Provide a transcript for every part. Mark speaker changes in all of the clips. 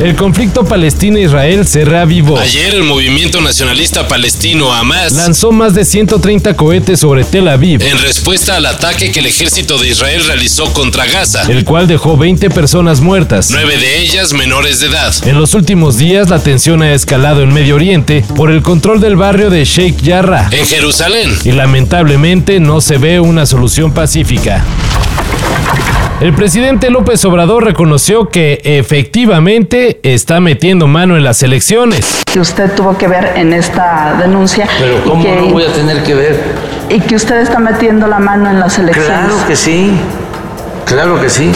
Speaker 1: El conflicto Palestina-Israel se reavivó.
Speaker 2: Ayer el movimiento nacionalista palestino Hamas
Speaker 1: Lanzó más de 130 cohetes sobre Tel Aviv,
Speaker 2: en respuesta al ataque que el ejército de Israel realizó contra Gaza,
Speaker 1: el cual dejó 20 personas muertas.
Speaker 2: nueve de ellas menores de edad.
Speaker 1: En los últimos días la tensión ha escalado en Medio Oriente por el control del barrio de Sheikh Jarrah
Speaker 2: En Jerusalén,
Speaker 1: y lamentablemente no se ve una solución pacífica. El presidente López Obrador reconoció que efectivamente está metiendo mano en las elecciones.
Speaker 3: que usted tuvo que ver en esta denuncia
Speaker 4: Pero
Speaker 3: y,
Speaker 4: ¿cómo
Speaker 3: que,
Speaker 4: no voy a tener que ver?
Speaker 3: y que usted está metiendo la mano en las elecciones.
Speaker 4: Claro que sí, claro que sí.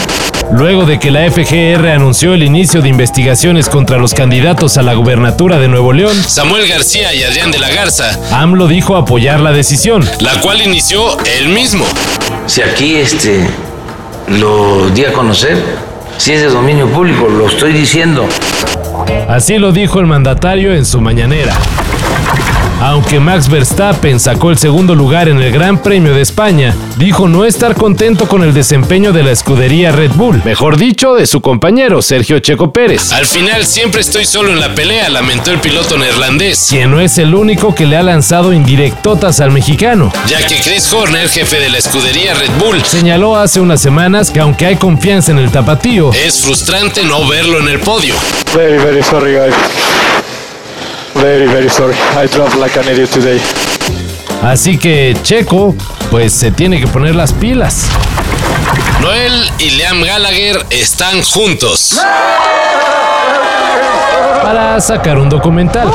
Speaker 1: Luego de que la FGR anunció el inicio de investigaciones contra los candidatos a la gubernatura de Nuevo León,
Speaker 2: Samuel García y Adrián de la Garza,
Speaker 1: AMLO dijo apoyar la decisión.
Speaker 2: la cual inició él mismo.
Speaker 4: Si aquí este lo di a conocer, si es de dominio público, lo estoy diciendo.
Speaker 1: Así lo dijo el mandatario en su mañanera. Aunque Max Verstappen sacó el segundo lugar en el Gran Premio de España, dijo no estar contento con el desempeño de la escudería Red Bull, mejor dicho, de su compañero Sergio Checo Pérez,
Speaker 2: Al final siempre estoy solo en la pelea, lamentó el piloto neerlandés,
Speaker 1: quien no es el único que le ha lanzado indirectotas al mexicano.
Speaker 2: ya que Chris Horner, jefe de la escudería Red Bull,
Speaker 1: Señaló hace unas semanas que aunque hay confianza en el tapatío,
Speaker 2: es frustrante no verlo en el podio.
Speaker 5: Very, very sorry, guys. Very, very sorry. I dropped like an idiot today.
Speaker 1: así que Checo, pues se tiene que poner las pilas.
Speaker 2: Noel y Liam Gallagher están juntos.
Speaker 1: para sacar un documental.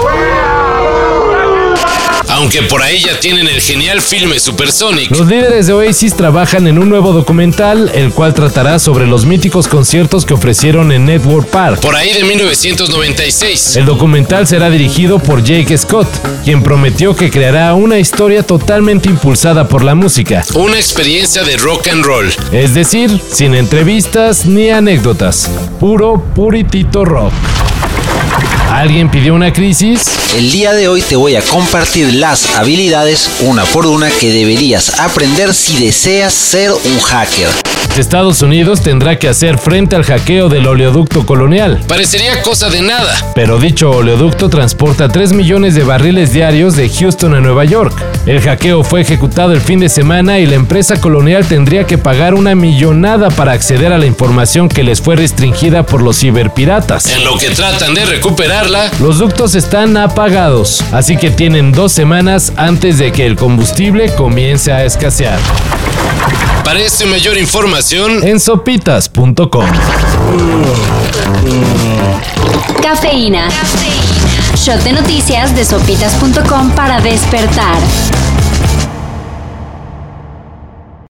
Speaker 2: Aunque por ahí ya tienen el genial filme Supersonic,
Speaker 1: Los líderes de Oasis trabajan en un nuevo documental, el cual tratará sobre los míticos conciertos que ofrecieron en Network Park.
Speaker 2: por ahí de 1996.
Speaker 1: El documental será dirigido por Jake Scott, quien prometió que creará una historia totalmente impulsada por la música,
Speaker 2: Una experiencia de rock and roll.
Speaker 1: es decir, sin entrevistas ni anécdotas, puro puritito rock. ¿Alguien pidió una crisis?
Speaker 6: El día de hoy te voy a compartir las habilidades, una por una, que deberías aprender si deseas ser un hacker.
Speaker 1: Estados Unidos tendrá que hacer frente al hackeo del oleoducto colonial.
Speaker 2: Parecería cosa de nada,
Speaker 1: Pero dicho oleoducto transporta 3 millones de barriles diarios de Houston a Nueva York. El hackeo fue ejecutado el fin de semana y la empresa colonial tendría que pagar una millonada para acceder a la información que les fue restringida por los ciberpiratas.
Speaker 2: en lo que tratan de recuperarla,
Speaker 1: Los ductos están apagados, así que tienen dos semanas antes de que el combustible comience a escasear.
Speaker 2: para esta y mayor información,
Speaker 1: En sopitas.com.
Speaker 7: Cafeína. Shot de noticias de sopitas.com para despertar.